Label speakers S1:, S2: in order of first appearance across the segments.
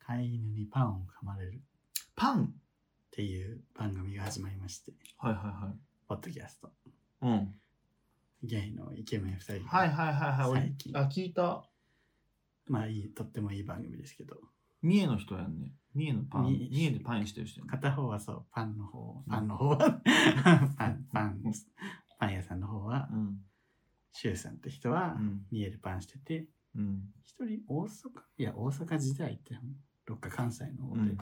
S1: 飼い犬にパンを噛まれるっ
S2: パン
S1: ていう番組が始まりまして、
S2: はいは
S1: ポッドキャスト。
S2: いはい。うん。
S1: ゲイのイケメン2人が
S2: はいはいはいはい。
S1: 最近
S2: 俺あ、聞いた。
S1: まあいい、とってもいい番組ですけど、
S2: 三重の人やんね。三重のパン。
S1: 三重
S2: 三重でパンしてる人やんね。
S1: 片方はそう、パンの方、
S2: ん
S1: パンの方は、 パン、パン、パン屋さんの方は
S2: う、ん。
S1: シュウさんって人は
S2: う、ん。
S1: 見えるパンしてて、
S2: うん。
S1: 一人大阪、いや、大阪時代って、どっか関西の方
S2: う
S1: で
S2: ん、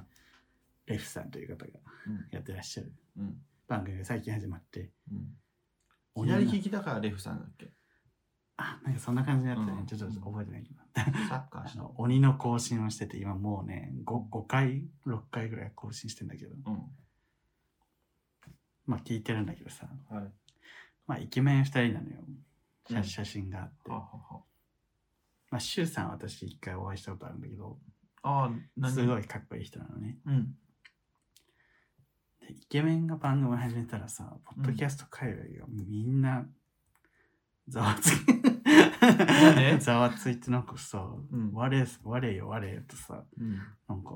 S1: レフさんという方が
S2: うん
S1: やってらっしゃる
S2: うん。
S1: 番組が最近始まって、
S2: うん。左利きだからレフさんだっ け
S1: あ、なんかそんな感じだったね。
S2: うん
S1: ちょっと覚えてないけど。
S2: サッカー
S1: あ
S2: した。
S1: の鬼の更新をしてて、今もうね、5, 5回、6回ぐらい更新してんだけど、
S2: うん。
S1: まあ聞いてるんだけどさ、
S2: はい。
S1: まあイケメン2人なのよ。
S2: う
S1: 写
S2: ん
S1: 写真があって。
S2: はは
S1: ま
S2: は。
S1: あ、シュウさんは私一回お会いしたことあるんだけど、
S2: ああ、何
S1: すごいかっこいい人なのね。
S2: うん。
S1: でイケメンが番組始めたらさ、ポッドキャスト界隈がみんな、ざわつき、
S2: んで
S1: ざわついてなんかさ、
S2: うん
S1: 我、我よ我よとさ、
S2: うん。
S1: なんか、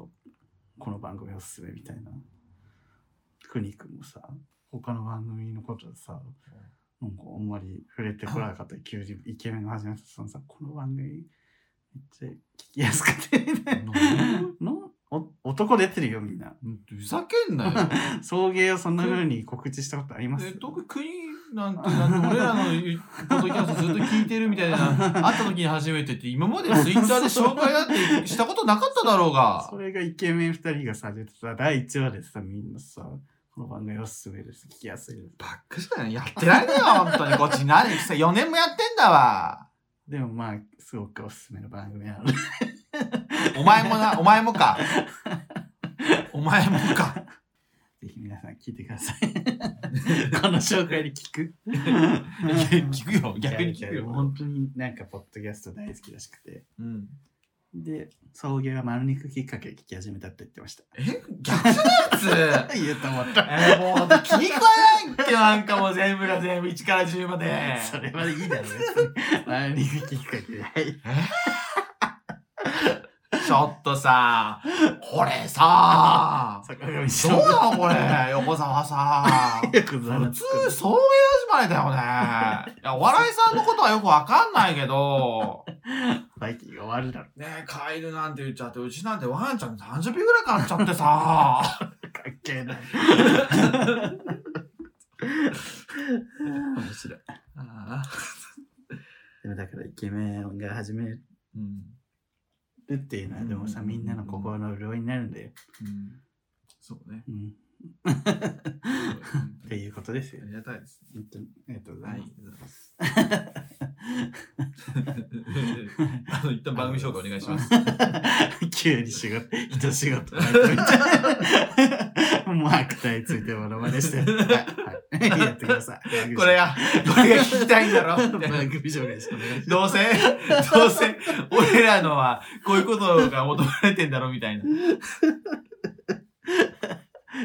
S1: この番組おすすめみたいな。くにくんもさ、他の番組のことでさ、なんかあんまり触れてこなかったり急にイケメンが始めたそのさ、この番組めっちゃ聞きやすくて、
S2: なん
S1: のお男出てるよみんな。
S2: ふざけん なよ。
S1: 送迎をそんな風に告知したことあります
S2: え特に国なんて、なんて俺らのポッドキャストずっと聞いてるみたいな、会った時に初めてって、今までツイッターで紹介なんてしたことなかっただろうが
S1: そ。れがイケメン2人がさ、出てた第1話でさ、みんなさ、この番組おすすめです、聞きやすいです。
S2: ばっかしかない。やってられねえわ、本当に。こっち何さ、4年もやってんだわ。
S1: でもまあ、すごくおすすめの番組なので、
S2: お前もな、お前もか。お前もか。
S1: ぜひ皆さん聞いてくださ い。この紹介で聞く
S2: 聞くよ、逆に聞く
S1: いやいや
S2: よ。
S1: 本当になんか、ポッドキャスト大好きらしくて。
S2: うん、
S1: で、送迎は丸肉きっかけで聞き始めたって言ってました。
S2: え逆じゃないやつ
S1: 言うと思った。
S2: えー、もうほんと聞こえないってなんかもう全部が全部1から10まで。
S1: それはいいだろ、別に。 丸肉きっかけで。はい
S2: ちょっとさ、これさ、
S1: 坂上
S2: どう
S1: 忍
S2: なのこれ、横澤さ。
S1: よくざわ
S2: 普
S1: つ
S2: 通、
S1: く
S2: そういう始まりだよね。いや、お笑いさんのことはよくわかんないけど、
S1: バイキンが終わるだろ。
S2: ねえ、カエルなんて言っちゃって、うちなんてワンちゃんに30秒ぐらいかかっちゃってさ。
S1: 関係ない。
S2: 面白い。ああ。
S1: でもだからイケメンが始める
S2: うん。
S1: っていうのは、でもさ、
S2: うん
S1: みんなの心の潤いになるんだよ。
S2: うん。そうね。
S1: うん。っていうことですよ
S2: あ。りがたいですね。
S1: 本当にありがとうござ
S2: はいい
S1: ます。、
S2: あの、一旦番組紹介お願いします。
S1: 急に仕事、一仕事バイトみたいな。 マーク体ついてものまねしてる。はい、 はい。やってください。
S2: これが、これが聞きたいんだ ろ
S1: 番
S2: みたいな
S1: 組紹介してお願いします。
S2: どうせ、どうせ、俺らのは、こういうことが求められてんだろみたいな。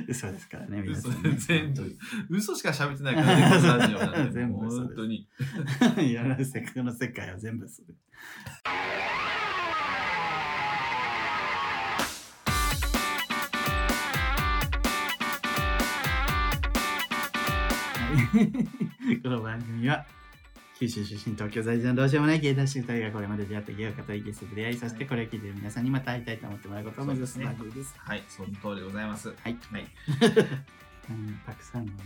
S1: 嘘ですからね、皆
S2: 嘘
S1: さん、ね。
S2: 全部、嘘しか喋ってないか らね、このラジオなんて。
S1: 全部
S2: もう
S1: 嘘です
S2: 本当に。
S1: 本当に。いろんな世界の世界は全部それ。はい この番組は九州出身東京在住のどうしようもない芸男子2人がこれまで出会った芸を語りゲストで出会いそしてこれを聞いている皆さんにまた会いたいと思ってもらうことを目指す番組です。
S2: はい、その通りでございます。
S1: はい、
S2: はい。
S1: うんたくさんのね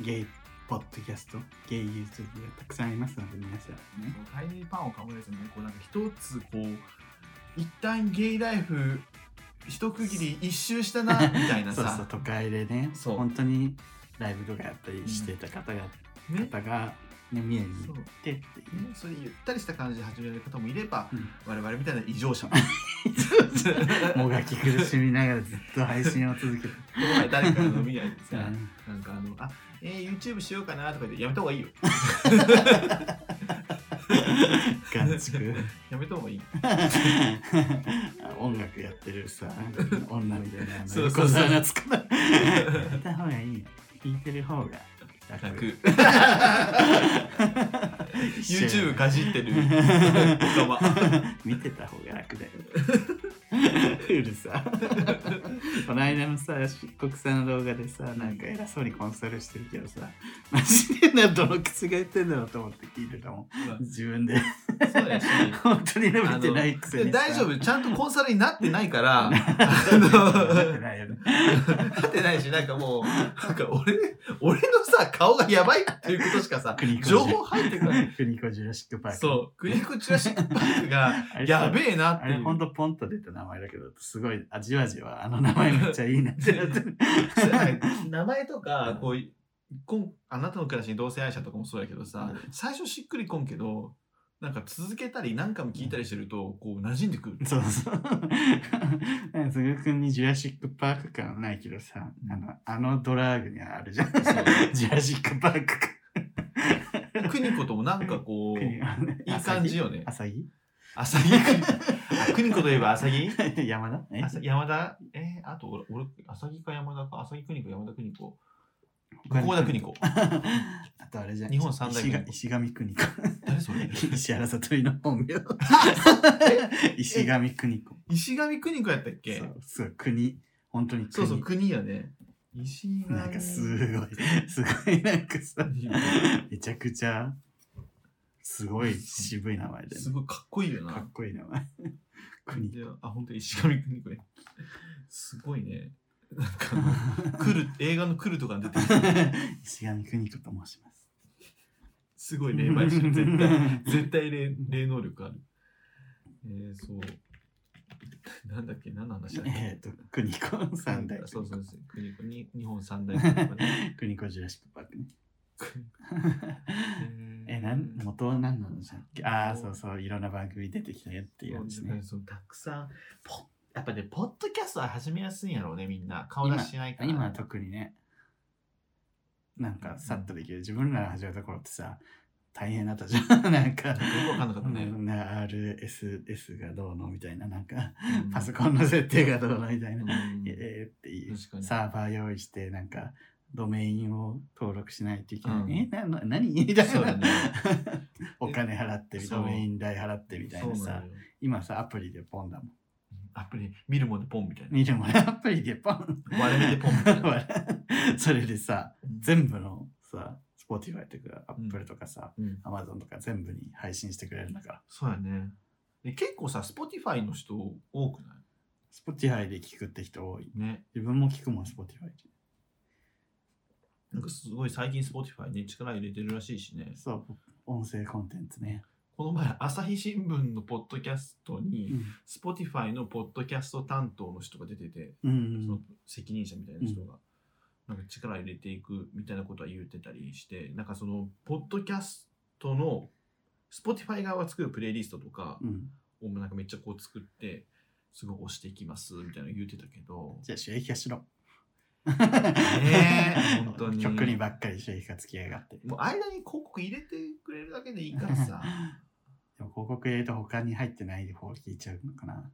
S2: うん。
S1: ゲイポッドキャスト、ゲイ YouTube がたくさんありますので、皆さんね。
S2: タイパンをかぶれずに、こうなんか一つ、こう、一旦ゲイライフ、一区切り一周したな、みたい な
S1: そうそ
S2: さ
S1: う、。都会でね、
S2: そう
S1: 本当にライブとかやったりしてた方が、
S2: ね。
S1: 方が、ね、三重に行ってっていうね
S2: ね、そういうゆったりした感じで始める方もいれば、
S1: うん
S2: 我々みたいな異常者も。
S1: もがき苦しみながらずっと配信を続けて
S2: この前誰かの飲み屋でさ、
S1: た。
S2: なんかあの、あ、えー、YouTube しようかなとか言って、やめた方がいいよ。
S1: ガンチク。
S2: やめた方がいい。
S1: 音楽やってるさ、女みたいな。
S2: そうそうそ う
S1: やつから。やった方がいいよ。弾いてる方が楽。
S2: 楽。YouTube かじってる。おかま。
S1: 見てた方が楽だよ。 うるさ。この間のさ、国産の動画でさ、なんか偉そうにコンサルしてるけどさ、マジでな、どの口が言ってんだろうと思って聞いてたもん。自分で。
S2: そうやし
S1: 本当に伸びてないくせにさ。
S2: 大丈夫ちゃんとコンサルになってな いから
S1: なってないよね。
S2: なってないし、なんかもう、なんか俺、俺のさ、顔がやばいっていうことしかさ、
S1: 国子
S2: 情報入ってこ ない。
S1: クニコジュラシックパーク。う。
S2: そう、クリコチュラシックパークが、
S1: あれ
S2: やべえな
S1: あ
S2: ってい
S1: れ
S2: う。
S1: ほんとポンと出た名前だけど、すごい、あじわじわ、あの名前めっちゃいいなってなってる。
S2: なんか名前とか、こう、こんあなたの暮らしに同性愛者とかもそうやけどさ、最初しっくりこんけど、なんか続けたり何回も聞いたりしてると、こう、馴染んでくる。
S1: そう そう。なんかすぐくんにジュラシックパーク感はないけどさ、あの、あのドラッグにはあるじゃん。 ジュラシックパーク
S2: クニコともなんかこう、
S1: 国
S2: い
S1: はね。
S2: い感じよね。
S1: アサギ。
S2: アサギあクニコといえばアサギ
S1: アサギ山田え
S2: あさ山田、えーあと俺、俺、浅木か山田か、浅木邦子、山田邦子、
S1: こ
S2: 高田邦子。
S1: あとあれじゃん。
S2: 日本三大
S1: 石が
S2: 国
S1: 石上邦子。
S2: 誰 それ
S1: 石原さとりの本 名。石上邦子。
S2: 石上邦子やったっけ
S1: そう、そう、国。本当に国。
S2: そうそう、国やね。石上。
S1: なんかすごい、 すごいなんかさ、めちゃくちゃ、すごい渋い名前だよ
S2: す
S1: ね。
S2: ごいかっこいいよ
S1: か
S2: な
S1: っ。こいい名 前。国。
S2: であ、本当に石上邦子ね。すごいね。なんかあの、来る、映画の来るとかに出てきて、
S1: 石上邦子と申します。
S2: すごい霊媒師。絶対、 絶対霊霊能力ある。えー、そう。なんだっけ何の話だっ け
S1: えっと、国子三代。
S2: そうそうそう。国子に日本三大国とかね。
S1: 国子ジュラシックパークね。 え、
S2: え
S1: なん、元は何なのじゃっけああ、そうそう、いろんな番組出てきたよっていうやつね。
S2: そうたくさんポやっぱねポッドキャストは始めやすいんやろうねみんな顔出ししないから
S1: 今は特にね、なんかさっとできる。自分らが始めた頃ってさ、大変だったじゃん。 なんか。
S2: よくわかんなかったね、
S1: うん、RSS がどうのみたいな、なんか、
S2: うん
S1: パソコンの設定がどうのみたいな、
S2: うん
S1: ええーっていう、
S2: 確かに
S1: サーバー用意して、なんか、ドメインを登録しないといけない。
S2: うん
S1: え、なの何みたい
S2: そう だ
S1: な。
S2: ね
S1: お金払って、
S2: そう
S1: ドメイン代払ってみたいな
S2: そうな
S1: さ
S2: の、よ
S1: 今さ、アプリでポンだもん。
S2: アプリ見るもんでポンみたいな
S1: 見るもんね、アプリでポン。
S2: 割れ目でポンみたいな
S1: 割れ それでさ、
S2: うん
S1: 全部のさ、Spotify とか
S2: うん
S1: Apple とかさ、
S2: うん、
S1: Amazon とか全部に配信してくれるんだから。
S2: そうやねで結構さ Spotify の人多くな
S1: Spotify で聞くって人多い。
S2: いね
S1: 自分も聞くもん、Spotify で。
S2: なんかすごい最近 Spotify ね力入れてるらしいしね
S1: そう、音声コンテンツね。
S2: この前朝日新聞のポッドキャストに、
S1: うん。
S2: Spotify のポッドキャスト担当の人が出てて、
S1: う
S2: その
S1: ん、
S2: 責任者みたいな人が、なんか力入れていくみたいなことは言ってたりして、なんかその、ポッドキャストの、Spotify 側が作るプレイリストとか
S1: うん。
S2: をなんかめっちゃこう作って、すごい押していきますみたいなの言ってたけど、
S1: じゃあ、収益化しろ。
S2: ねえ本当に
S1: 曲にばっかり収益化つきやがって。
S2: もう間に広告入れてくれるだけでいいか らさ、
S1: でも広告入れると他に入ってない方を聞いちゃうのかな。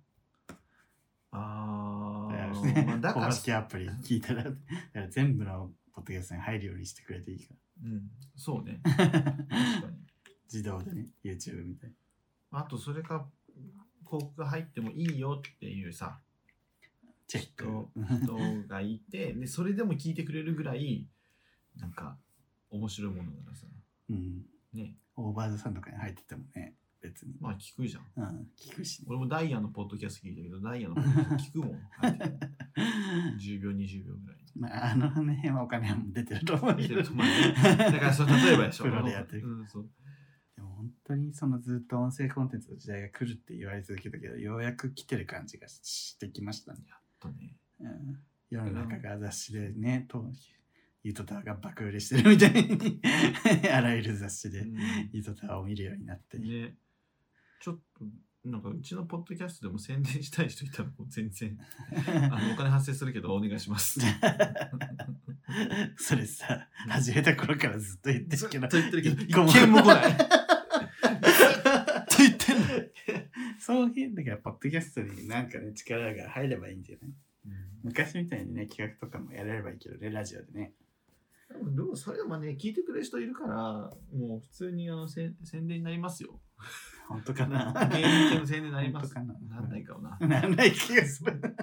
S2: あ
S1: だから
S2: ー、まあ、だから
S1: 公、式アプリ聞いたら、だから全部のポッドキャストに入るようにしてくれていいか
S2: うん、そうね。
S1: ら。
S2: 確かに
S1: 自動でね、YouTube みたいな。
S2: あとそれか広告が入ってもいいよっていうさ
S1: チェック。
S2: 人人がいてでそれでも聞いてくれるぐらいなんか面白いものならさ
S1: うん。
S2: ね
S1: オーバーズさんとかに入っててもね、別に。
S2: まあ聞くじゃん
S1: うん、聞くしね。
S2: 俺もダイヤのポッドキャスト聞いたけどダイヤのポッドキャスト聞くもん入ってても10秒20秒ぐらい
S1: まあ、あの辺はお金はもう出てると思う
S2: 見
S1: け
S2: て
S1: ど
S2: る。と思うよだからそれ例えばでし ょ
S1: プロでやってる
S2: うんそう
S1: でも本当にそのずっと音声コンテンツの時代が来るって言われ続けたけど、ようやく来てる感じがしてきましたね。
S2: とね
S1: うん、世の中が雑誌でね、とゆとたわが爆売れしてるみたいに、 あらゆる雑誌で
S2: う
S1: ゆとたわを見るようになって、
S2: んねちょっとなんかうちのポッドキャストでも宣伝したい人いたらもう全然 あのお金発生するけどお願いします
S1: それさ、始めた頃からずっと言って
S2: ず
S1: る
S2: っ
S1: け
S2: と
S1: ど、
S2: 言ってるけど、
S1: 一個も
S2: 一件も来な い。ずっと言ってんの。
S1: そういう、だからポッドキャストになんかね、力が入ればいいんじゃない昔みたいにね、企画とかもやれればいいけどね、ラジオでね。
S2: でもそれでもね、聞いてくれる人いるから、もう普通にあのせん宣伝になりますよ。
S1: 本当かな
S2: 芸人系の青年になりま
S1: 本
S2: す
S1: 当かな
S2: なんないかもな。
S1: なんない気がする。
S2: どうなん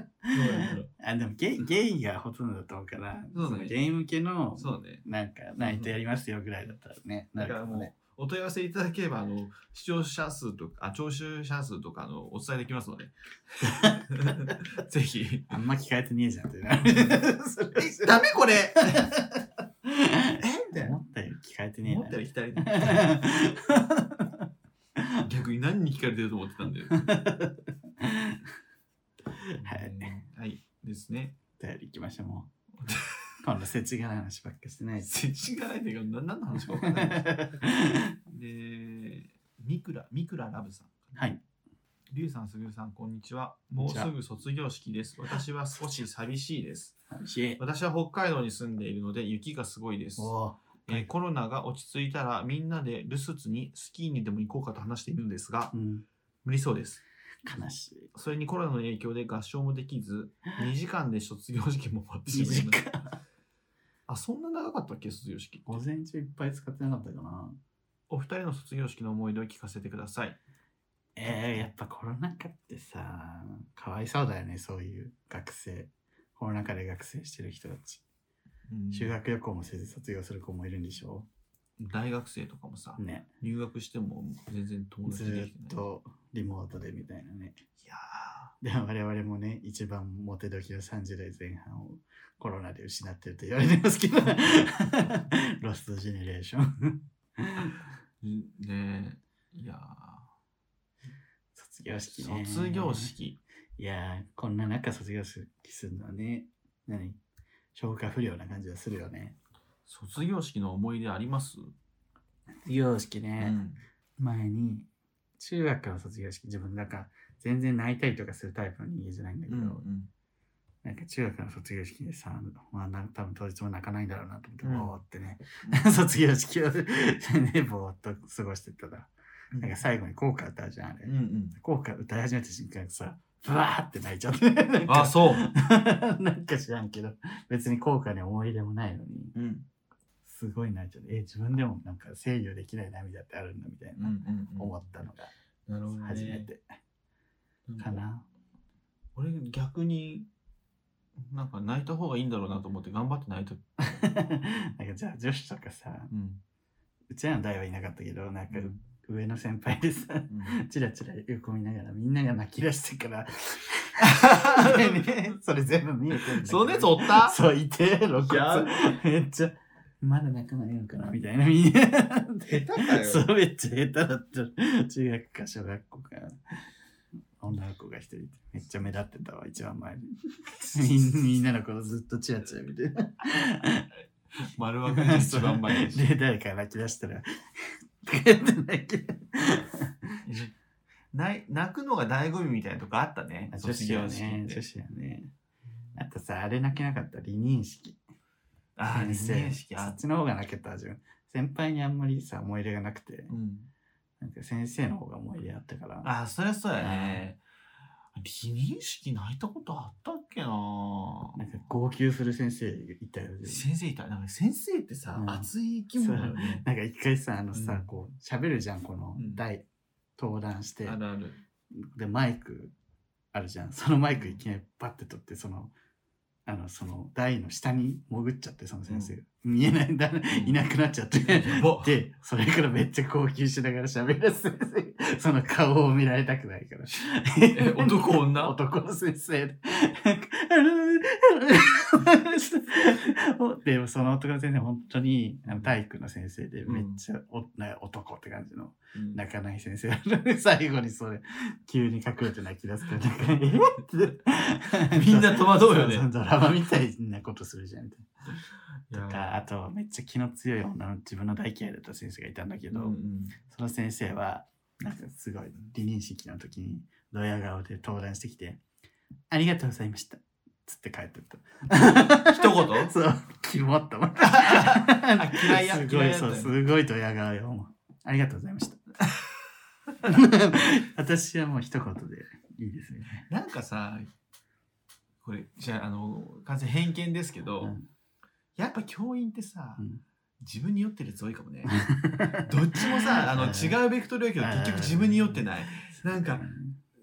S2: だろう
S1: あ、でもゲイゲイがほとんどだと思うから、
S2: そうだね
S1: のゲイ向けの、
S2: そうね。
S1: なんか、ナイトやりますよぐらいだったらね、な
S2: だか
S1: るからも
S2: もう
S1: ね。、
S2: お問い合わせいただければ、あの、視聴者数とか、あ、聴取者数とか、あの、お伝えでき ますので。ぜひ。
S1: あんま聞かれてねえじゃんってな。それ
S2: え、ダメ これえみたい
S1: 思
S2: な。
S1: ったより聞かれてね
S2: 思ったより左。
S1: え な。
S2: 逆に何に聞かれてると思ってたんで。
S1: はい。
S2: うん。はい。ですね。
S1: お便り行きましょう、も う。今度、世知辛い話ばっかしてないです。
S2: せちがないというか、な何の話か分 かんない。で、ミクラ、ミクララブさん。
S1: はい。
S2: リュウさん、すぐるさん、こんにちは。
S1: ん
S2: もう
S1: にちは
S2: すぐ卒業式です。私は少し寂しいです。
S1: しえ。
S2: 私は北海道に住んでいるので雪がすごいです。
S1: お
S2: えーコロナが落ち着いたらみんなで留守ツにスキーにでも行こうかと話しているのですが
S1: ー、うん。
S2: 無理そうです。
S1: 悲しい。
S2: それにコロナの影響で合唱もできず、2時間で卒業式も終わってし
S1: 2
S2: まい
S1: 時
S2: まし
S1: 間
S2: た。。あ、そんな長かったっけ、卒業式。
S1: 午前中いっぱい使ってなかったかな。
S2: お二人の卒業式の思い出を聞かせてください。
S1: えー、やっぱコロナ禍ってさ、かわいそうだよね、そういう学生。コロナ禍で学生してる人たち。
S2: うん
S1: 修学旅行もせず卒業する子もいるんでしょ
S2: 大学生とかもさ、
S1: ね。
S2: 入学しても全然友
S1: ず
S2: 達でき
S1: ーって
S2: ない。
S1: とリモートでみたいなね。
S2: いや
S1: で、我々もね、一番モテ時の30代前半をコロナで失ってると言われてますけ ど、ロストジェネレーション。
S2: ーねえ、いや
S1: 卒業式
S2: ー
S1: ね。
S2: 卒業式。
S1: いやー、こんな中卒業式するのはね、何消化不良な感じはするよね。
S2: 卒業式の思い出あります、
S1: 卒業式
S2: う
S1: ね、
S2: ん、
S1: 前に、中学の卒業式、自分なんか全然泣いたりとかするタイプの人間じゃないんだけ
S2: う
S1: ど、
S2: んうん。
S1: なんか中学の卒業式でさ、まあな多分当日も泣かないんだろうなと思って、
S2: うん
S1: ぼーってね、 卒業式をね、ぼーっと過ごしてたら、
S2: うん
S1: なんか最後に効果歌うじゃん、あれ。
S2: うんうん。
S1: 効果歌い始めた瞬間さ、ブワーって泣いちゃって。なん か
S2: あ、そう。
S1: なんか知らんけど、別に効果に思い入れもないのに、
S2: うんうん
S1: すごい泣いちゃって、え、自分でもなんか制御できない涙ってあるんだみたい
S2: うん
S1: な、
S2: うん。
S1: 思ったのが
S2: なるほど、ね。
S1: 初めて
S2: なん
S1: かな。
S2: 俺逆に、なんか泣いた方がいいんだろうなと思って頑張って泣いた。
S1: なんかじゃあ女子とかさ、
S2: うん。
S1: うちらの代はいなかったけど、なんか
S2: うん
S1: 上の先輩でさ、
S2: うん
S1: チラチラ横見ながらみんなが泣き出して から、ねそれ全部見えてるんだけど
S2: そのやつおった
S1: そういて、露
S2: いや
S1: 骨。めっちゃ、まだ泣かないのかなみたいな、みんな。
S2: 下手だ よ
S1: そう、めっちゃ下手だった。中学か小学校か。女の子が一人いて、めっちゃ目立ってたわ、一番 前に。みんみんなのことずっとチラチラ見て。
S2: 丸分かりが一番前でし
S1: で、誰か泣き出したら、って泣き
S2: ない泣くのが醍醐味みたいなとこあったね。
S1: 女
S2: 卒
S1: 子よ
S2: 業式
S1: ね
S2: っ。
S1: 女
S2: て。
S1: 子よね。あとさ、あれ泣けなかった、離任式。
S2: ああ、
S1: 先生
S2: 二年式
S1: そ
S2: あ
S1: っちの方が泣けた、自分。先輩にあんまりさ、思い入れがなくて、
S2: うん。
S1: なんか先生の方が思い入れあったから。
S2: ああ、そりゃそうやね。離任式泣いたことあったっけな
S1: なんか号泣する先生いたよ。自分
S2: 先生いた。なんか先生ってさ、
S1: うん
S2: 熱い生き物だよね。
S1: なんか一回さ、あのさ、
S2: うん
S1: こう、喋るじゃん、この
S2: うん
S1: 台、登壇して、
S2: あるある。
S1: で、マイクあるじゃん。そのマイクいきなりパッて取って、その、あの、その台の下に潜っちゃって、その先生が。見えないんだ、いなくなっちゃって。
S2: ば
S1: で、それからめっちゃ号泣しながら喋らせて、その顔を見られたくないから。
S2: え、男女
S1: 男の先生で。 でもその男の先生、本当にあの体育の先生で、
S2: うん
S1: めっちゃお、な男って感じの
S2: うん
S1: 泣かない先生なので、 最後にそれ、急に隠れて泣き出すから、なんかえって
S2: みんな戸惑うよね
S1: そそドラマみたいなことするじゃんみたい
S2: いや
S1: な。とか、あと、めっちゃ気の強い女の自分の大嫌いだった先生がいたんだけど、
S2: うんうん
S1: その先生は、なんかすごい、離任式の時に、ドヤ顔で登壇してきて、ありがとうございました。つって帰ってった。
S2: 一言
S1: そう、キモっと思った
S2: あ。嫌いや
S1: すご
S2: 嫌い
S1: い、
S2: やった
S1: そ
S2: ん
S1: う、
S2: や
S1: すごいドヤ顔よ。もうありがとうござい ました。私はもう一言でいいですね。
S2: なんかさ、これ、じゃあ、あの、完全偏見ですけど、
S1: うん
S2: やっぱ教員ってさ、
S1: うん
S2: 自分に酔ってるやつ多いかもね。どっちも さ、あの、違うベクトルやけど、結局自分に酔ってない。なんか、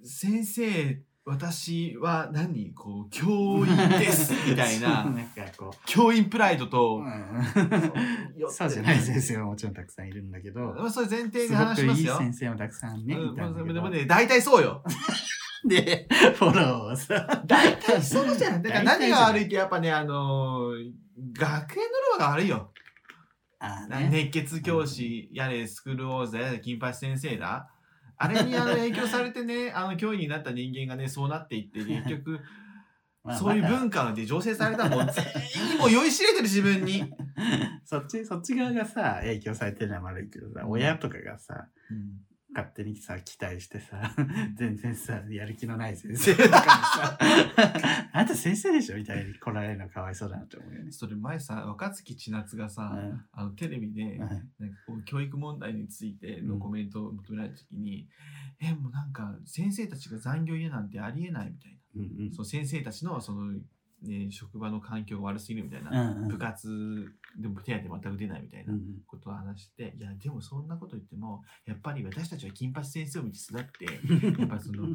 S2: 先生、私は何こう、教員 です、みたい
S1: そう
S2: な。
S1: なんかこ
S2: 教員プライド
S1: う、う
S2: と、
S1: ん、そうじゃない先生ももちろんたくさんいるんだけど、
S2: まあ、それ前提
S1: す
S2: で
S1: ご
S2: 話
S1: く
S2: します
S1: いい
S2: よ。
S1: 先生もたくさんね、
S2: うん
S1: いたんだけ
S2: で
S1: ど。
S2: もね、大体そうよ。
S1: で、フォローをさ、
S2: 大体そうじゃん。だから
S1: 大体
S2: 何
S1: じゃ
S2: が
S1: ない
S2: 悪いって、やっぱね、あのー学園のローが悪いよ。
S1: あーね、
S2: 熱血教師やれ、スクールウォーズだやれ、金八先生だ。あれにあの影響されて ね、あの脅威になった人間がね、そうなっていって、結局、
S1: まあ
S2: そういう
S1: まだ
S2: 文化で醸成されたもん、全員もう酔いしれてる自 分に。
S1: そっち、そっち側がさ、影響されてるのは悪いけどさ、親とかがさ、勝手にさ、期待してさ、 全然さ、やる気のない先生とかにさ、 あんた先生でしょみたいに来られるのかわいそうだなって思うよね。
S2: それ前さ、若槻千夏が
S1: う
S2: さ、
S1: ん
S2: あのテレビで、
S1: うん
S2: なんかこう教育問題についての
S1: うん
S2: コメントを求められた時に、えもうなんか先生たちが残業嫌なんてありえないみたいな、
S1: うんうん
S2: その先生たちのその、ね、職場の環境が悪すぎるみたいな、
S1: うん
S2: 部活でも手当全く出ないみたい
S1: うんう
S2: なんことを話して、いやでもそんなこと言ってもやっぱり私たちは金八先生を見て 育ってやっぱその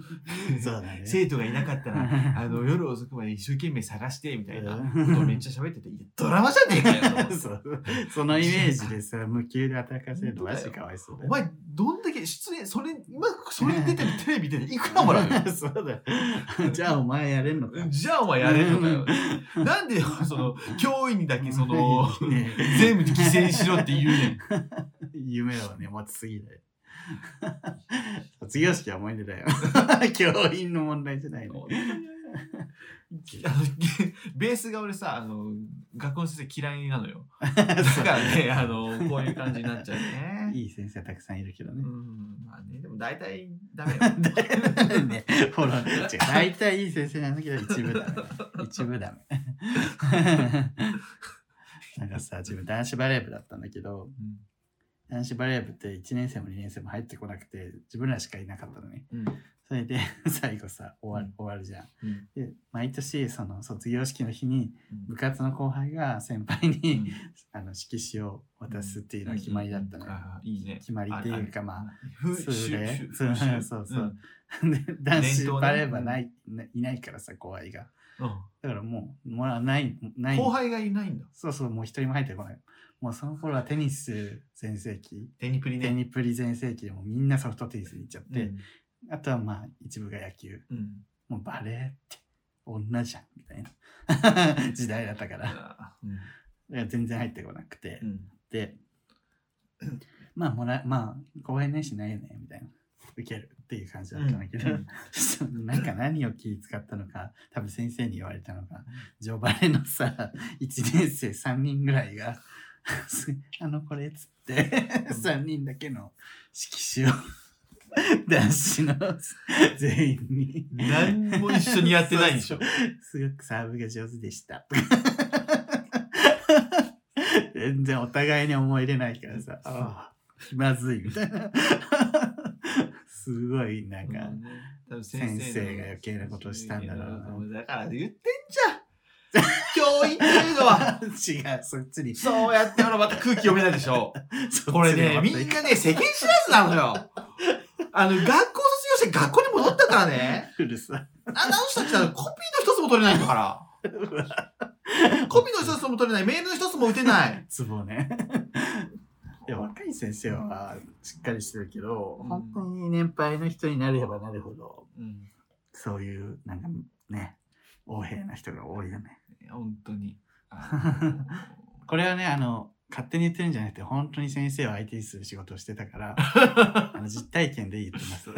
S1: そうだね。
S2: 生徒がいなかったらあの夜遅くまで一生懸命探してみたいなことをめっちゃ喋ってていやドラマじゃねえかよと思って
S1: そうそのイメージ でさ、無給で働かせるとマジかわいそうだ
S2: お
S1: よ。
S2: 前、どんだけ出演、それ、今、それ出てるテレビでいくらもらうよ
S1: そうだよ。じゃあお前やれんのか。
S2: じゃあお前やれるのかよ。なんで、その、教員にだけ、その、
S1: ね
S2: 全部犠牲にしろって言うね ん。
S1: 夢をね、持ちすぎだよ。卒業式は思い出だ よ。教員の問題じゃないの。
S2: あのベースが俺さあの学校の先生嫌いなのよだからねあのこういう感じになっちゃう ね
S1: いい先生たくさんいるけど
S2: う
S1: ね。
S2: んまあねでも大体 ダメよ
S1: ね、ほら、違う大体いい先生なんだけど、一部ダメ。一部ダ メ。なんかさ、自分男子バレー部だったんだけど、男子バレー部って1年生も2年生も入ってこなくて、自分らしかいなかったのね。
S2: うんうん
S1: それで、 最後さ、終わる、終わるじゃん。
S2: うん
S1: で、毎年、その卒業式の日に、
S2: う
S1: 部活の後輩が先輩に、
S2: ん
S1: あの色紙を渡すっていうのが決まりだったのよ。
S2: あーいいね。
S1: 決まりっていうかまあ、
S2: ふ
S1: そう
S2: しゅ
S1: ね
S2: しゅ
S1: そう
S2: しゅ
S1: そうそう で男
S2: 伝
S1: 子
S2: 統ね
S1: バレー部はない、ないないからさ後輩が。
S2: うん
S1: だからもうもらないな
S2: うん
S1: い
S2: 後輩がいないんだ。
S1: そうそうもう一人も入ってこない。もうその頃はテニス全盛期
S2: テニプリね。
S1: テニプリ全盛期でもうみんなソフトテニスに行っちゃっ
S2: う
S1: て、
S2: ん
S1: あとはまあ一部が野球
S2: うん。
S1: もうバレーって女じゃんみたいな 時代だったからだか
S2: あーうん
S1: ら全然入ってこなくて。
S2: うん
S1: で、 まあ、もら、まあ、後輩ないしないよね、みたいな。受けるっていう感じだったんだけど、
S2: う ん
S1: なんか何を気使ったのか、多分先生に言われたのが、序盤のさ、1年生3人ぐらいが、 すあの、これっつって、3人だけの色紙を、 男子の 全員に。
S2: 何も一緒にやってないんでしょ。
S1: すごくサーブが上手でした。全然お互いに思い入れないからさ、ああ、気まずいみたいな。すごい、なんか、
S2: うん多分
S1: 先生が余計なことをしたんだろうな
S2: な。だから言ってんじゃん。教員っていうのは。
S1: 違う、そっちに。
S2: そうやってほらまた空気読めないで しょ。
S1: そっちに
S2: これね、
S1: 持って
S2: み
S1: いく
S2: んなね、世間知らずなのよ。あの、学校卒業して学校に戻ったからね。
S1: うるさ
S2: ああの人たちはコピーの一つも取れないんだ から。コピーの一つも取れない。メールの一つも打てない。
S1: つぼね。いや、若い先生はしっかりしてるけど、
S2: うん
S1: 本当に年配の人になればなるほど、
S2: うん。
S1: そういう、なんかね、横柄な人が多いよね。
S2: 本当に。
S1: これはね、あの、勝手に言ってるんじゃなくて、本当に先生を相手にする仕事をしてた から、あの実体験で言ってます。
S2: 有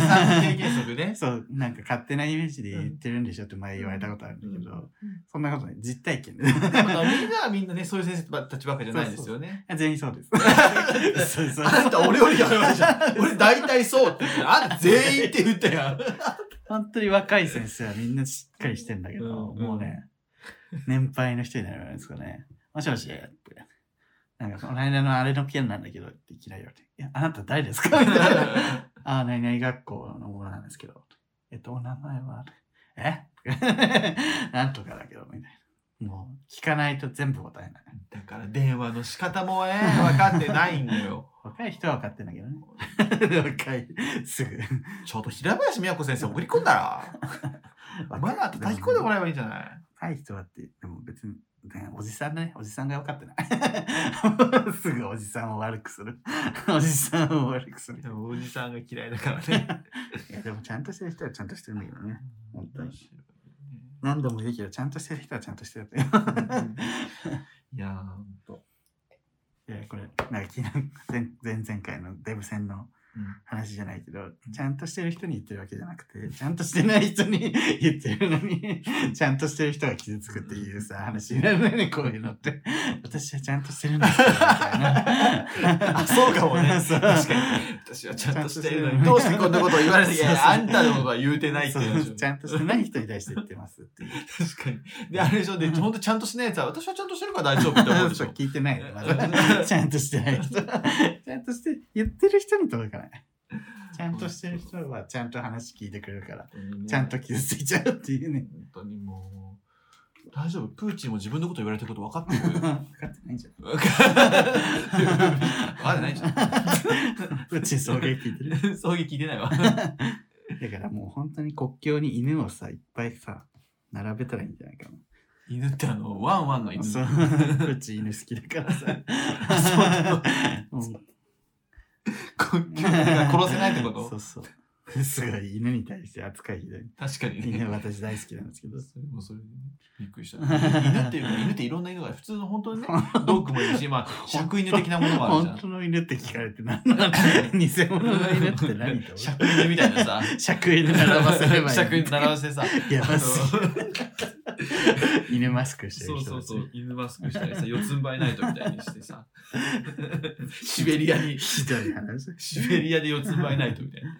S2: 酸素経験則 ね。
S1: そう、なんか勝手なイメージで言ってるんでしょって前言われたことあるんだけど、
S2: うん
S1: そんなことない。実体 験で。
S2: でもみんなはみんなね、そういう先生たちばっかじゃないですよね。
S1: 全員そうです。 そうそう
S2: あんた俺よりやばいじゃん。俺大体そうって言ってるあんた全員って言ったやん。
S1: 本当に若い先生はみんなしっかりしてんだけど、
S2: うんうん
S1: もうね、年配の人になるんですかね。もしもしって。なんか、この間のあれの件なんだけどっていきなり言われて、いや、あなた誰ですかみたいな。ああ、何々学校のものなんですけど。えっと、お名前は、 えなんとかだけど、みたいな。もう、聞かないと全部答えない。
S2: だから電話の仕方もね、分かってないんだよ。
S1: 若い人は分かってんだけどね。 若い。すぐ。
S2: ちょっと平林美和子先生送り込んだら、マナー叩き込んでもらえばいいんじゃない
S1: 若い人はって、でも別に、ねおじさんだね。おじさんが分かってない。 すぐおじさんを悪くする。おじさんを悪くする
S2: で。もおじさんが嫌いだからね。
S1: いや、でもちゃんとしてる人はちゃんとしてるんだけどね。本当に
S2: 面白いね
S1: 何度も言うけど、ちゃんとしてる人はちゃんとしてるって。
S2: いやー、ほんと。
S1: いや、これ、なんか昨日、前前々回のデブ戦の話じゃないけど、ちゃんとしてる人に言ってるわけじゃなくて、ちゃんとしてない人に 言ってるのに、ちゃんとしてる人が傷つくっていうさ、話になるのよね、こういうのって。私はちゃんとしてるんですよ、みたいな。
S2: あそうかも ね。
S1: そう
S2: 確かに。私はちゃんとしてるのに。どうしてこんなことを言われなきゃいけない
S1: そうそう
S2: あんたのことは言うてないっていう話
S1: そうちゃんとしてない人に対して言ってますっていう。
S2: 確かに。で、あれでしょ、で、ほんとちゃんとしないやつは、私はちゃんとしてるから大丈夫って思うでし
S1: そう
S2: ょ。
S1: 聞いてないのま だちゃんとしてない人ちゃんとして言ってる人に届かないちゃんとしてる人はちゃんと話聞いてくれるからちゃんと傷ついちゃうっていうね
S2: 本当にもう、大丈夫。プーチンも自分のこと言われてること分かってる
S1: 分
S2: よ。
S1: かってないんじゃ
S2: 分かってないじゃ
S1: んうち送迎聞いてる
S2: ん。 葬儀聞いてない わ。
S1: だからもう本当に国境に犬をさいっぱいさ並べたらいいんじゃないかな
S2: 犬ってあの、ワンワンの犬。
S1: そううち犬好きだからさ そう
S2: 国境が殺せないってこ
S1: そ
S2: と
S1: うそうすごい犬に対して扱いひどい
S2: 確かにね
S1: 犬。私大好きなんですけど
S2: それもそれでねびっくりした。犬っていうか、犬っていろんな犬が普通の本 当にね、ドッグもいるし、まあ、
S1: 本当
S2: 尺犬的なものもあるじゃ
S1: 本
S2: ん。
S1: 当の犬って聞かれて何なの偽物の犬って何と思
S2: 尺犬みたいなさ。
S1: う尺犬並ばせればいい
S2: 尺犬並ばせてさ。
S1: やばす
S2: あの
S1: ぎる犬マスクして
S2: そ
S1: る
S2: う
S1: 人
S2: そう
S1: たち
S2: そう、犬マスクしたりさ、四つん這いナイトみたいにしてさ、シベリアに、
S1: ひどい話
S2: シベリアで四つん這いナイトみたいな。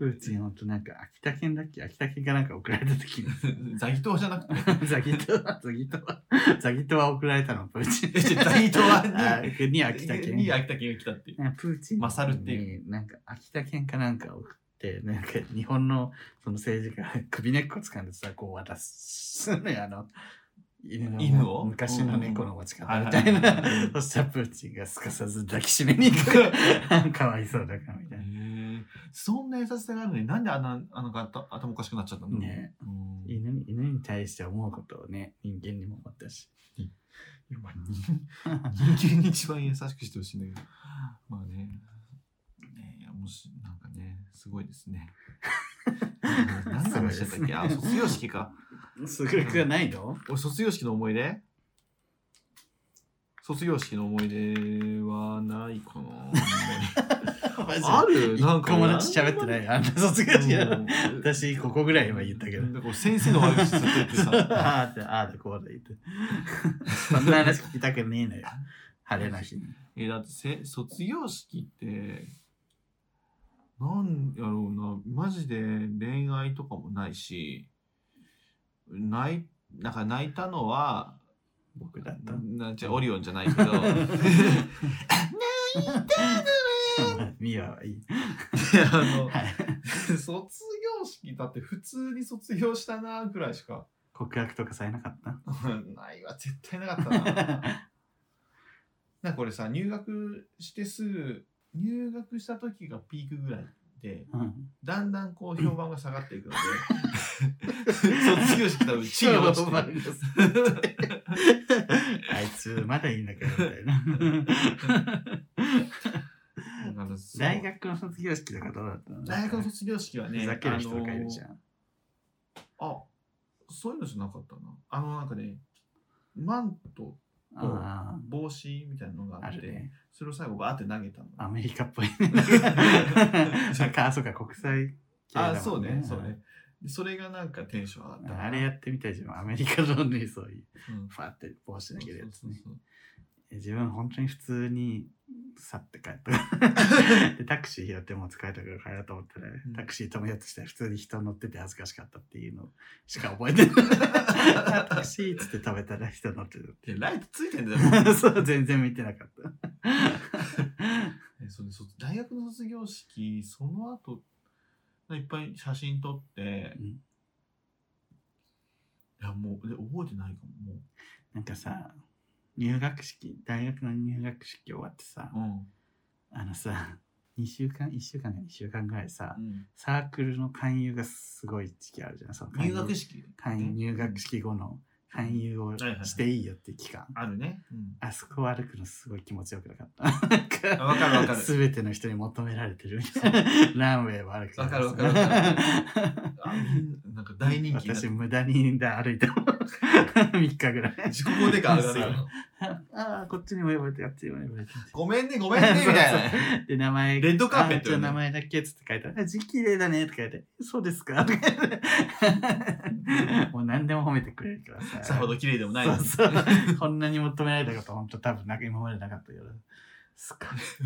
S1: うちほんとなんか秋田県だっけ秋田県がなんか送られた時に
S2: ザギトウじゃなくて、
S1: ザギトはザギトは ザギトは送られたのプーチン
S2: えじゃあザギトワに
S1: あに秋田県
S2: に秋田県が来たっていう。
S1: プーチン
S2: 勝るってい
S1: になんか秋田県かなんか送ってなんか日本のその政治家が首根っこ掴んでさこう渡すのよあの犬の
S2: 犬を
S1: 昔の猫の持ち
S2: うん
S1: 方
S2: うんうん
S1: みたい
S2: はいはいはいは
S1: ない そしたらプーチンがすかさず抱きしめに行 くかわいそうだからみたいな
S2: へえそんな優しさがあるのになんであんなあの頭頭おかしくなっちゃったの
S1: ね
S2: うん
S1: 犬に犬に対して思うことをね人間にも思ったし
S2: まあ 人間に一番優しくしてほしいんだけど。まあね。ねいやもし、なんかね、すごいです ね。何の話だったっけ、あ、卒業式か。
S1: すごくはないの
S2: 俺、卒業式の思い出卒業式の思い出はない かな。
S1: マジで
S2: あるなんか。。
S1: 友達喋ってないいあんな卒業式なの私ここぐらいは言ったけど
S2: なんかこう先生の悪口ずっと言っ てさ。
S1: ああーって、ああでこうだ言って。そんな話聞きたくねえのよ。晴れな日に。
S2: え、だってせ、卒業式って、なんやろうな、マジで恋愛とかもないし、ない、なんか泣いたのは、
S1: 僕だった。
S2: なじゃオリオンじゃないけ ど、
S1: ミアはいい。
S2: あの、
S1: はい
S2: 卒業式だって普通に卒業したなぐらいしか
S1: 告白とかされなかった
S2: ないわ絶対なかった ななんか俺さ入学してすぐ入学した時がピークぐらいで
S1: うん。
S2: だんだんこう評判が下がっていくので 卒業式多分地位が落ちてくる
S1: あいつまだいいんだけど、みたいな。
S2: だからそう
S1: 大学の卒業式とかどうだったの
S2: 大学の卒業式はね
S1: ふざける人とかいるじ
S2: ん
S1: ゃん。
S2: あそういうのじゃなかったなあのなんかねマントあの
S1: あ
S2: 帽子みたいなのが
S1: あ、
S2: あ
S1: あ
S2: って
S1: るね。
S2: それを最後バーって投げたの
S1: アメリカっぽい ね。なんかあ、 そうか、国際系だもん
S2: あ、そうね、そうね。。でそれがなんかテンション上がったな。
S1: あれやってみたい自分、アメリカのね、そういう、
S2: うん
S1: ファーって帽子投げるやつね。
S2: そうそう
S1: え自分本当に普通に去って帰った でタクシー拾ってもう疲れたから帰ろうと思ったら、
S2: ん
S1: タクシー止めようとしたら普通に人乗ってて恥ずかしかったっていうのしか覚え てないあタクシーっつって食べたら人乗ってる
S2: そうで、ライトついてんだよ。もう
S1: そう全然見てなかった
S2: えそうそう大学の卒業式、その後、いっぱい写真撮って、
S1: うん
S2: いや、もう、で覚えてないかも。もう
S1: なんかさ入学式大学の入学式終わってさ、
S2: うん。
S1: あのさ2週 間1週間か2週間ぐらいさ、
S2: うん
S1: サークルの勧誘がすごい時期あるじゃんその勧
S2: 入
S1: 誘
S2: 学式
S1: 勧誘入学式後の勧誘を
S2: いはいはい
S1: していいよって期間、
S2: あるね。うん
S1: あそこを歩くのすごい気持ちよくなかった。なん
S2: あわかるわかる
S1: 全ての人に求められて るみたいな。ランウェイを歩くの
S2: わかるわかるわ あみんななんか大人気になって
S1: 私、無駄に歩いたもん。3日ぐらい。
S2: 自己肯定感上がる
S1: そ
S2: よ
S1: うああ、こっちにも呼ばれて、あっちにも呼ばれて。
S2: ごめん ね、ごめんね、みたいなね。
S1: で、名前、
S2: レッドカーペット
S1: あじゃ
S2: よ
S1: あ
S2: ね
S1: 名前だけっつって書いてある。あ字綺麗だねって書いてある。そうです かとか言ってもう何でも褒めてくれるからさ。
S2: さほど綺麗でもないのに
S1: そうそう。こんなに求められたこと、本当多分なんか今までなかったけど。すっ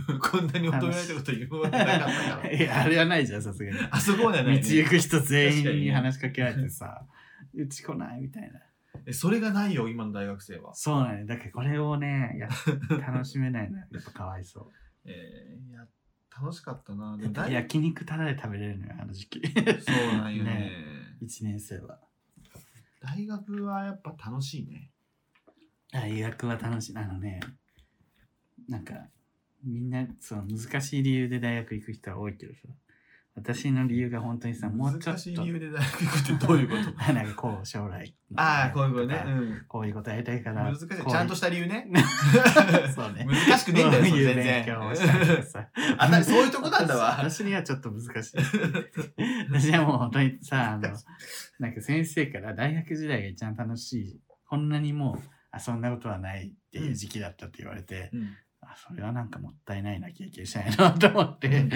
S1: ごい
S2: こんなに求められたこと言わなかったから。
S1: いや、あれはないじゃん、さすがに。
S2: あそこまでは
S1: 道
S2: ない、
S1: 行
S2: ね。
S1: く人全員に話しかけられてさ、うち来ないみたいな。
S2: えそれがないよ、今の大学生は。
S1: そうなんだ。だからこれをね、や楽しめないのはやっぱかわいそ
S2: えー、いや、楽しかったな。 でも
S1: う。
S2: 大学
S1: 焼肉ただで食べれるのよ、あの時期。
S2: そうなんよね
S1: ね1年生は。
S2: 大学はやっぱ楽しいね。
S1: 大学は楽しい。あのね、なんか、みんな、その難しい理由で大学行く人は多いけどさ、私の理由が本当にさ、もうちょっ
S2: 難
S1: と
S2: しい、理由で大学行くってどういう こと
S1: なんかこう、将来。
S2: ああ、こういうことね。うん。
S1: こういうことやりたいから。
S2: 難しい。
S1: こう
S2: ちゃんとした理由ね。
S1: そうね。
S2: 難しくねえんだよ、そ
S1: そういう
S2: れ全
S1: 勉
S2: 然。
S1: 強をしたりとか。さ
S2: あたそういうとこなんだわ
S1: 私私にはちょっと難しい。 私はもう本当にさ、あの、なんか先生から大学時代が一番楽しい。こんなにもう、あ、そんなことはないっていう時期だったって言われて、
S2: うん
S1: あ、それはなんかもったいないな、経験しないなと思って、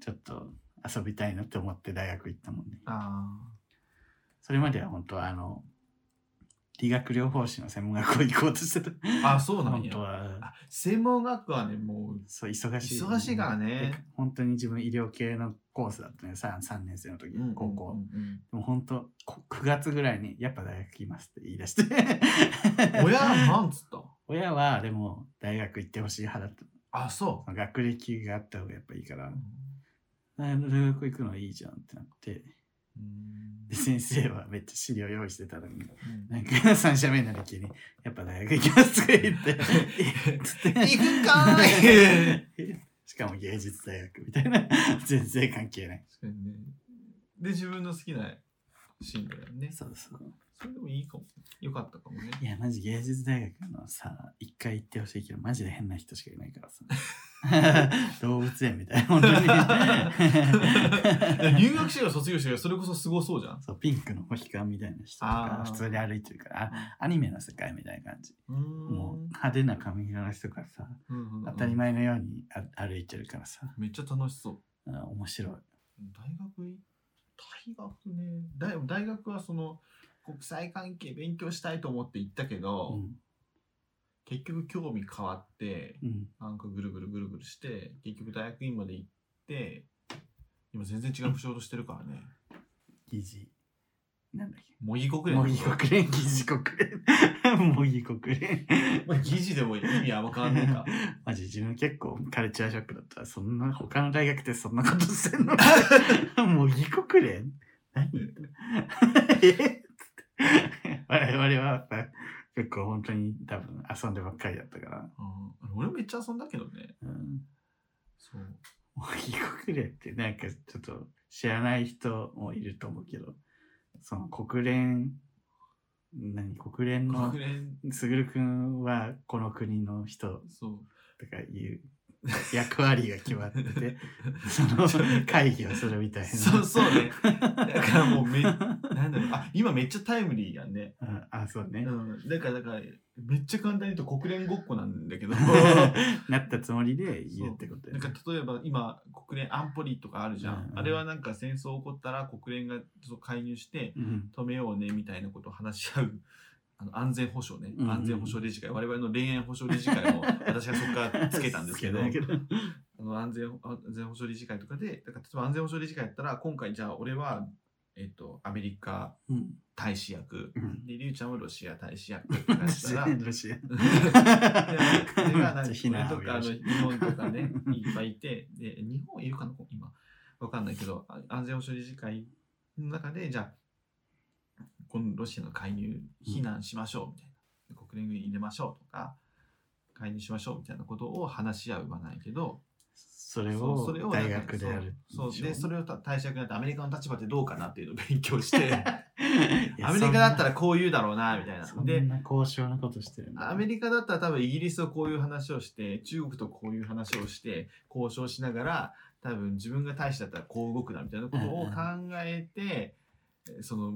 S1: ちょっと遊びたいなって思って大学行ったもんね。
S2: あ
S1: それまでは本当はあの、理学療法士の専門学校行こうとしてた。
S2: ーあ、そうなん
S1: 本
S2: や
S1: 当。は。
S2: あ専門学校はね、もう
S1: そう、忙しい。
S2: 忙しいからね
S1: で本当に自分医療系のコースだったね、3, 3年生の時、高校。
S2: うん
S1: でも本当、こ9月ぐらいに、やっぱ大学来ますって言い出して。
S2: うんうん 親なんつった
S1: 親は、でも、大学行ってほしい派だっ
S2: あそ
S1: た。学歴があった方がやっぱいいから
S2: う、
S1: 大学行くのいいじゃんってなって、
S2: うん
S1: で先生はめっちゃ資料用意してたのに、
S2: うん
S1: なんか三者目の時に、やっぱ大学行きますとか言 って、つって
S2: 行くんかー
S1: しかも芸術大学みたいな、全然関係ない。
S2: 確かにねで自分の好きな進路だよね
S1: そうそう。
S2: それでもいいかもよかったか もね
S1: いや、マジ芸術大学のさ、一回行ってほしいけど、マジで変な人しかいないからさ。動物園みたいな、本当に。
S2: 入学してから卒業してからそれこそすごそうじゃん
S1: そう、ピンクの星間みたいな人と
S2: あ
S1: か
S2: ー、
S1: 普通に歩いてるから、あアニメの世界みたいな感じ。
S2: うーん
S1: もう派手な髪色の人がさ、
S2: うんうんうん
S1: 当たり前のようにあ歩いてるからさ、
S2: めっちゃ楽しそう
S1: うん面白い。
S2: 大学い大学ね大大学はその国際関係勉強したいと思って行ったけど、
S1: うん。
S2: 結局興味変わって
S1: うん。
S2: なんかぐるぐるぐるぐるして結局大学院まで行って今全然違う仕事してるからね
S1: 疑似。なんだっけ。
S2: 模擬国連
S1: 模擬国連、疑似国連。 模擬国連。
S2: まあ疑似でも意味あんま変わんないか
S1: マジ自分結構カルチャーショックだったそんな他の大学ってそんなことしてん のもう異国連 何え って我々はやっぱ結構本当に多分遊んでばっかりだったから、
S2: うん俺めっちゃ遊んだけどね
S1: うん、
S2: そう
S1: もう異国連ってなんかちょっと知らない人もいると思うけどその国連何国連の
S2: 国連
S1: 卓君はこの国の人
S2: そう
S1: とかいう役割が決まって てその会議をするみたいな。
S2: そうそうねだからもうめなんだろうあ今めっちゃタイムリーやんね
S1: うん あそう
S2: う
S1: ね。
S2: んだからだからめっちゃ簡単に言うと国連ごっこな んだけど
S1: なったつもりで言うってこと
S2: なんか例えば今国連安保理とかあるじゃん、
S1: うんうん
S2: あれはなんか戦争起こったら国連がそう介入して
S1: うん
S2: 止めようねみたいなことを話し合うあの安全保障ね、
S1: うんうん
S2: 安全保障理事会我々の恋愛保障理事会も私はそこからつけたんですけど
S1: つけたんだ
S2: あの安全安全保障理事会とかでだから例えば安全保障理事会やったら今回じゃあ俺は、えっとアメリカ
S1: うん
S2: 大使役
S1: うん
S2: でりゅうちゃんはロシア大使役とかやった ら
S1: ロ シア。
S2: いやそれがなんか
S1: めっちゃ非難を
S2: とかあの日本とか ね、いっぱいいて、で日本いるかな、今。わかんないけど、あ安全保障理事会の中で、じゃあ、このロシアの介入、非難しましょうみたいな、国連軍入れましょうとか、介入しましょうみたいなことを話し合う場ないけど、
S1: それ
S2: そうそれ
S1: を
S2: を
S1: 大学でやる
S2: そうそうで、そ
S1: れ
S2: れをた対象になってアメリカの立場ってどうかなっていうのを勉強して、アメリカだったらこう言うだろうな、みたいな。
S1: そん
S2: で、
S1: な交渉のことしてるんだ
S2: アメリカだったら多分イギリスとこういう話をして、中国とこういう話をして、交渉しながら、多分自分が大使だったらこう動くなみたいなことを考えて、えその、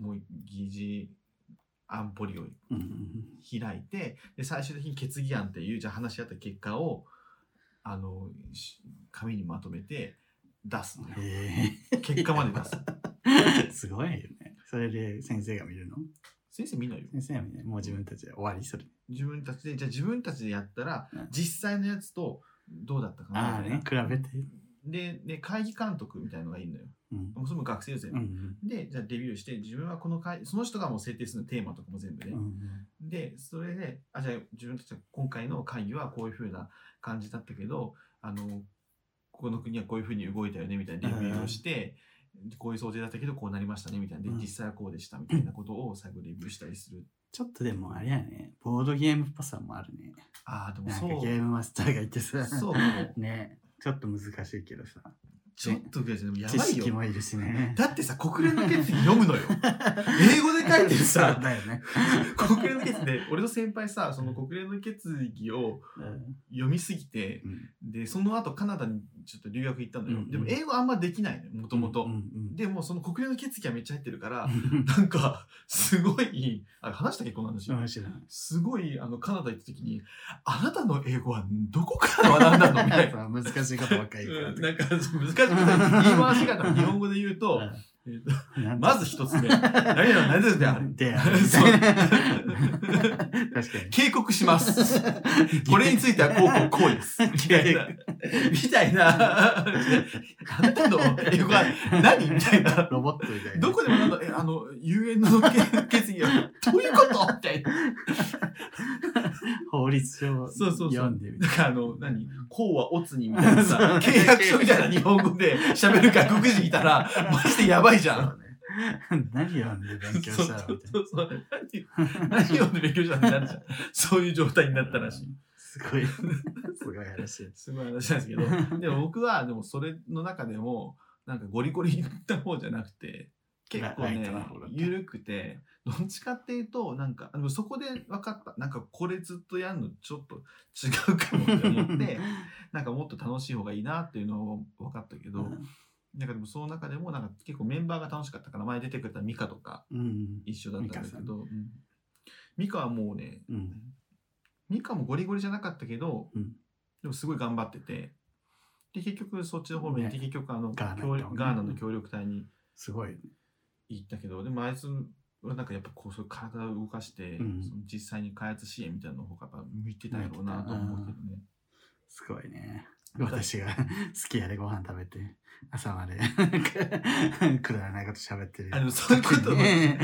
S2: もう議事安保理を
S1: うんうん
S2: 開いて、で、最終的に決議案っていう、じゃあ話し合った結果を、あの、し紙にまとめて出すのよ
S1: うん。へ
S2: 結果まで出す。
S1: え すごいよねそれで先生が見るの
S2: 先生見ないよ。
S1: 先生はねもう自分たちで終わりそれ
S2: 自分たちで、じゃあ自分たちでやったら
S1: うん、
S2: 実際のやつとどうだったかな
S1: ああ
S2: みたい
S1: ね
S2: な
S1: 比べて
S2: でで会議監督みたいのがいるのよ。
S1: うん
S2: もうそれも学生ですよ
S1: うんう
S2: ね。
S1: ん
S2: で、じゃあレビューして、自分はこの会、その人がもう制定するテーマとかも全
S1: う
S2: 部で。
S1: んうん
S2: で、それで、あ、じゃあ自分たちは今回の会議はこういうふうな感じだったけど、あの、ここの国はこういうふうに動いたよねみたいなレビューをして、こういう想定だったけどこうなりましたねみたいな。で
S1: うん、
S2: 実際はこうでしたみたいなことを最後レビューしたりする。
S1: ちょっとでもあれやねボードゲームっぽさもあるね
S2: ああ、でも
S1: なんか
S2: そう
S1: ゲ、 ームマスターがいてさ
S2: そう、
S1: ねちょっと難しいけどさ
S2: ちょっとぐらいじゃでもや
S1: 知
S2: ばい
S1: 識
S2: よ。
S1: もいるしね
S2: だってさ、国連の決議読 むのよ。英語で書いてさ
S1: そう、だよね、
S2: 国連の決議で俺の先輩さその国連の決議を
S1: うん
S2: 読みすぎて
S1: うん
S2: でその後カナダにちょっと留学行ったのよ、
S1: うんうん
S2: でも英語あんまできないのよもともと
S1: うんうん
S2: でもその国連の決議はめっちゃ入ってるから
S1: うん
S2: なんかすごいあ話したっけこの話、
S1: 面白い
S2: すごいあのカナダ行った時にあなたの英語はどこから学んだのみたいな。
S1: そう難しいことばっかり言うから
S2: うんなんか難しくて言い回し方を日本語で言うと、えーと
S1: うん
S2: まず一つ目、何々何々である。
S1: であるみたいな
S2: そ う
S1: 確かに
S2: 警告 します。これについてはこうこうこうです。みたいな。みたいな。あなたの英語は何みたいな。
S1: ロボットみたいな
S2: どこでもなんか、え、あの、遊園の決議は、どういうことみたいな。
S1: 法律書を
S2: そうそうそう
S1: 読んでみ
S2: な
S1: た
S2: んかあの、何こうはオツにみたいなさ、契約書みたいな日本語で喋る外国人いたら、マジでやばいじゃん。
S1: そうね何読んで勉強したの
S2: そ
S1: み
S2: う
S1: たいな
S2: そうそう。何、何読んで勉強したのになるじゃん。そういう状態になったらしい。
S1: すごいすごい話
S2: すごい話なんですけ ど、でも僕は、でもそれの中でも、なんかゴリゴリ言った方じゃなくて、結構
S1: ライ
S2: ね
S1: トな方だっ、た
S2: ゆるくて、どっちかっていうと、なんか、でもそこで分かった。なんかこれずっとやるのちょっと違うかもって 思って、なんかもっと楽しい方がいいなっていうのを分かったけど、なんかでもその中でも、なんか結構メンバーが楽しかったから、前出てくれたミカとか
S1: うん
S2: 一緒だったんだけど、うんミカはもうね、
S1: うん
S2: ミカもゴリゴリじゃなかったけど、
S1: うん
S2: でもすごい頑張っててで結局そっちの方面に行って
S1: ね
S2: 結局あの、
S1: ガーナ
S2: 協
S1: 行ったもんね
S2: ガーナの協力隊に
S1: すごいね
S2: 行ったけどでもあいつはなんかやっぱこうそういう体を動かして、
S1: うん
S2: その実際に開発支援みたいなの方が向いてたんやろうなと思うけどね。
S1: すごいね。
S2: はい
S1: 私が 好きやでご飯食べて、朝まで くだらないこと喋ってる。
S2: あのそういうこと も、
S1: ね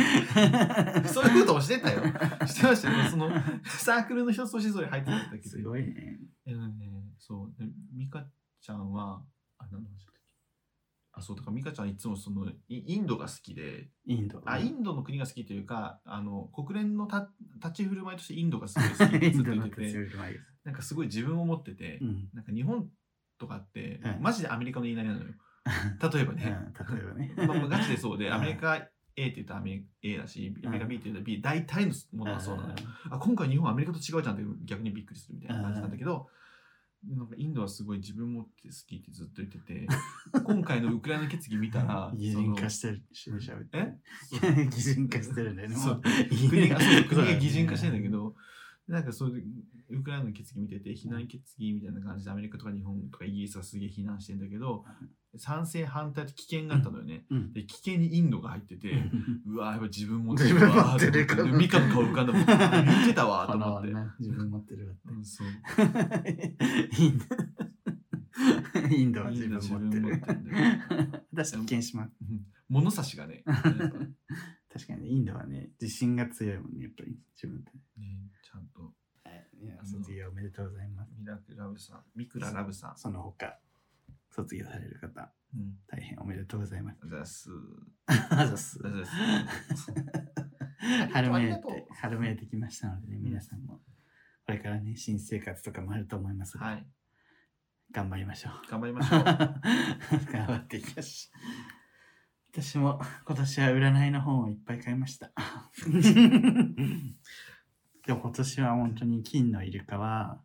S2: そういうこともしてたよ。してましたよ。そのサークルの人それぞれ入ってたんだけ ど。
S1: すごいね。
S2: えのね、そう、で、ミカちゃんは、あ、何の話だっけあ、そう、だからミカちゃんはいつもその、イインドが好きで、
S1: インド。
S2: あ、イ
S1: ン
S2: ンドの国が好きというか、あの、国連のた立ち振る舞いとしてインドがすごい好きってずっと
S1: ド
S2: 言っ
S1: の
S2: て
S1: 鉄
S2: て、
S1: よりうまいです。
S2: なんかすごい自分を持ってて
S1: う、ん。
S2: なんか日本とかって
S1: はい、
S2: マジでアメリカの言いなりなのよ。例えば
S1: うん
S2: ね、
S1: 例えばね。
S2: まあ、まあガチでそう で、
S1: はい
S2: アメリカ A って言ったらアメ A だし、アメリカ B って言ったら B、大体のもの はそうなのよ。あ今回日本はアメリカと違うじゃんって逆にびっくりするみたいな感じなんだけど、なんかインドはすごい自分持って好きってずっと言っ てて今回のウクライナ決議見たら
S1: 擬 人化してるし、喋って。
S2: え
S1: 擬人化してるんだよね。
S2: そう
S1: も
S2: 国がそう国が擬人化してんだけ。
S1: いい
S2: どなんかそういうウクライナの決議見てて非難決議みたいな感じでアメリカとか日本とかイギリスはすげえ非難してんだけど賛成反対と危険があったのよね、
S1: うん
S2: で危険にインドが入ってて、
S1: うん
S2: うわやっぱ自分持ってる
S1: 自分持
S2: わ
S1: ってる
S2: と思ってミカの顔浮かんだもん 言ってたわと
S1: かな
S2: 思
S1: わ
S2: っ
S1: ん
S2: て、
S1: な自分持ってるわって
S2: うん、そう
S1: インド。 インドは自分持って
S2: イ
S1: る
S2: ンドは自分持ってるんだよ。
S1: 私、危険します。
S2: うん物差しがねやっぱね
S1: 確かにね、インドはね、自信が強いもんね、やっぱり自分で。
S2: ちゃんと
S1: いや、卒業おめでとうございます。
S2: ミラクラブさんミクララブさん、
S1: その他、卒業される方、
S2: うん、
S1: 大変おめでとうございます。
S2: あざっす
S1: あざっす
S2: あ。ざっす
S1: 春めい
S2: ありがと
S1: て、春めいてきましたのでね、皆さんも。ここれからね、新生活とかもあると思いますが、
S2: はい。
S1: 頑張りましょう。
S2: 頑張りましょう。
S1: 頑張っていきましょう。私も今年は占いの本をいっぱい買いました。 でも今年は本当に金のイルカは、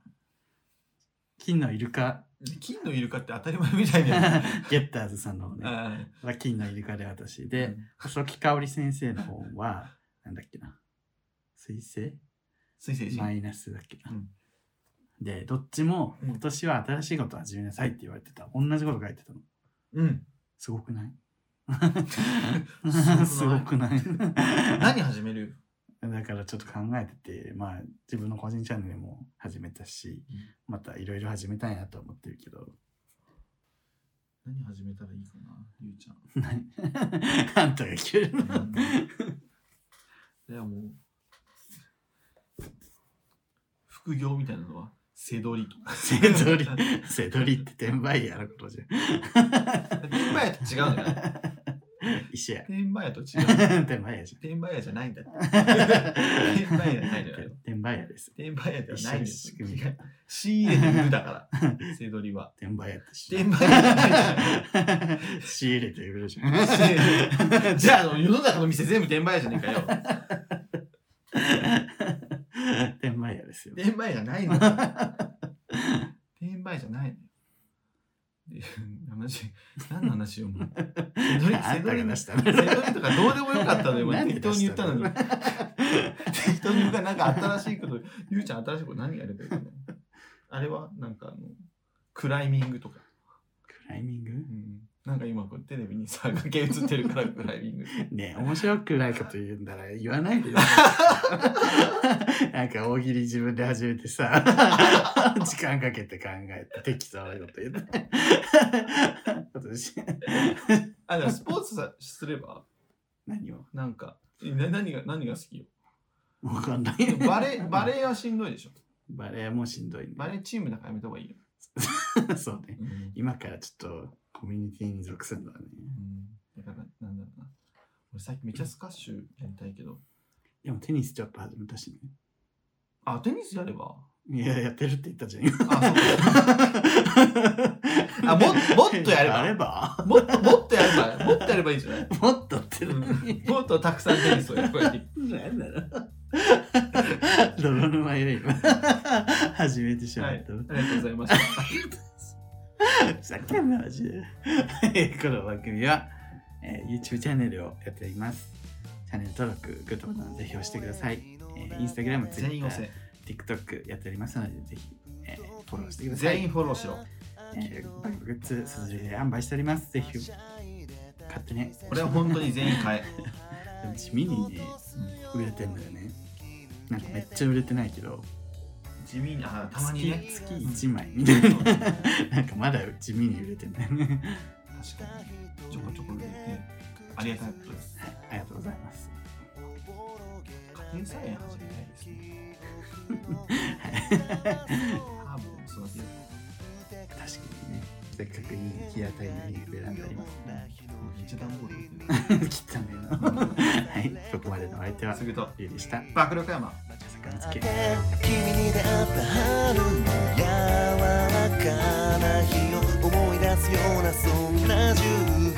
S1: 金のイルカ、
S2: 金のイルカって当たり前みたい
S1: ゲ
S2: だよね。
S1: ッターズさんの 方
S2: う
S1: ね、
S2: ん
S1: は金のイルカで私で、、細木香織先生の本は、なんだっけな、水星
S2: 水星人。
S1: マイナスだっけな。
S2: うん
S1: で、どっちも
S2: うん
S1: 今年は新しいことを始めなさいって言われてた。同じこと書いてたの。
S2: うん。
S1: すごくない
S2: す
S1: す
S2: ご
S1: ご
S2: く
S1: くない
S2: 何始める
S1: だからちょっと考えてて、まあ自分の個人チャンネルも始めたし、またいろいろ始めたいなと思ってるけど。
S2: 何始めたらいいかな、ゆうちゃん。
S1: 何あんたが急に。
S2: いやもう副業みたいなのは背取りとか
S1: せど り、せどりって転売やのことじゃん。
S2: 転売屋と違うんだよ
S1: 一緒や。
S2: 転売屋と違う
S1: 転売やじゃん。
S2: 転売屋じゃないんだって
S1: 転
S2: 売屋じゃないのよ
S1: 転売屋です。
S2: 転売屋ではないんです
S1: 一緒に仕組みが
S2: 仕入れて売るだか ら背取りは
S1: 転売屋って知
S2: 転売屋じゃない
S1: 仕入れて売るじゃ
S2: じゃない
S1: ん。
S2: じゃああの世の中の店全部転売屋じゃねえかよ
S1: 転売屋ですよ。
S2: 転売屋じゃないの転売屋じゃないので話何の話をもう背 取り
S1: あんた
S2: 背取
S1: が
S2: り
S1: 出したの
S2: セブンとかどうでもよかったのよ。
S1: なんで
S2: 適当に言ったのに。
S1: 出し
S2: 適当に言ったなんか新しいこと、ゆうちゃん新しいこと何やればいいかな。あれはなんかあの、クライミングとか。
S1: クライミング
S2: うん、なんか今こうテレビにさ、崖映ってるからクライミング。
S1: ねえ、面白くないこと言うんなら言わない でよ。なんか大喜利自分で始めてさ、 時間かけて考えて適当なこと言って。 私、
S2: あ、でもスポーツさすれば、
S1: 何を
S2: なんか、な何が何が好きよ。
S1: わかんない。
S2: でもバレー、バレーはしんどいでしょ。
S1: バレーもしんどいね。
S2: バレーチームなんかやめた方がいいよ。
S1: そうね。
S2: うん
S1: 今からちょっとコミュニティに属するんだね。
S2: だから、なんだろうな。俺最近めっちゃスカッシュやりたいけど。
S1: でもテニスちょっと始めたしね。
S2: あ、テニスやれば。
S1: いや、やってるって言ったじゃん、今。
S2: あ、そうか。 あももっとやれば
S1: やれば
S2: もっともっとやれば、もっとやればいいんじゃない、
S1: もっとって
S2: うん
S1: 何、
S2: もっとたくさんテニスをやこうやって。
S1: なんだろう泥沼よ今始めてしまった、
S2: ありがとうございました。
S1: さっきの話でこの番組は、えー YouTube チャンネルをやっていますチャンネル登録グッドボタンぜひ押してください、えー、Instagram、
S2: 全員押
S1: Twitter、
S2: せ。
S1: TikTok やっておりますのでぜひ、えーフォローしてください
S2: 全員フォローしろ。
S1: えー、バッググッズすずりで販売しておりますぜひ買ってね
S2: これは本 当に全員買え。
S1: でも地味にね売れてんだよねなんかめっちゃ売れてないけど
S2: 地味に、あ、たまにね。
S1: 月月1枚みたい
S2: そう確
S1: な
S2: か
S1: なんかまだ地味に売れてんだよね
S2: に。ちょこちょこ売れて、ありがたいことです。
S1: ありがとうございます
S2: 家庭菜園始めたいですね。ハーブでも育てよ
S1: 確かにねせっかくいい日当たりのいいベランダにも
S2: う。めっちゃ段ボール入れて る
S1: 汚ねえなはいそこまでのお相手は
S2: すぐと、
S1: ゆうでした
S2: 爆力山。
S1: 坂付け
S3: 君に出会った春の柔らかな日を思い出すようなそんな10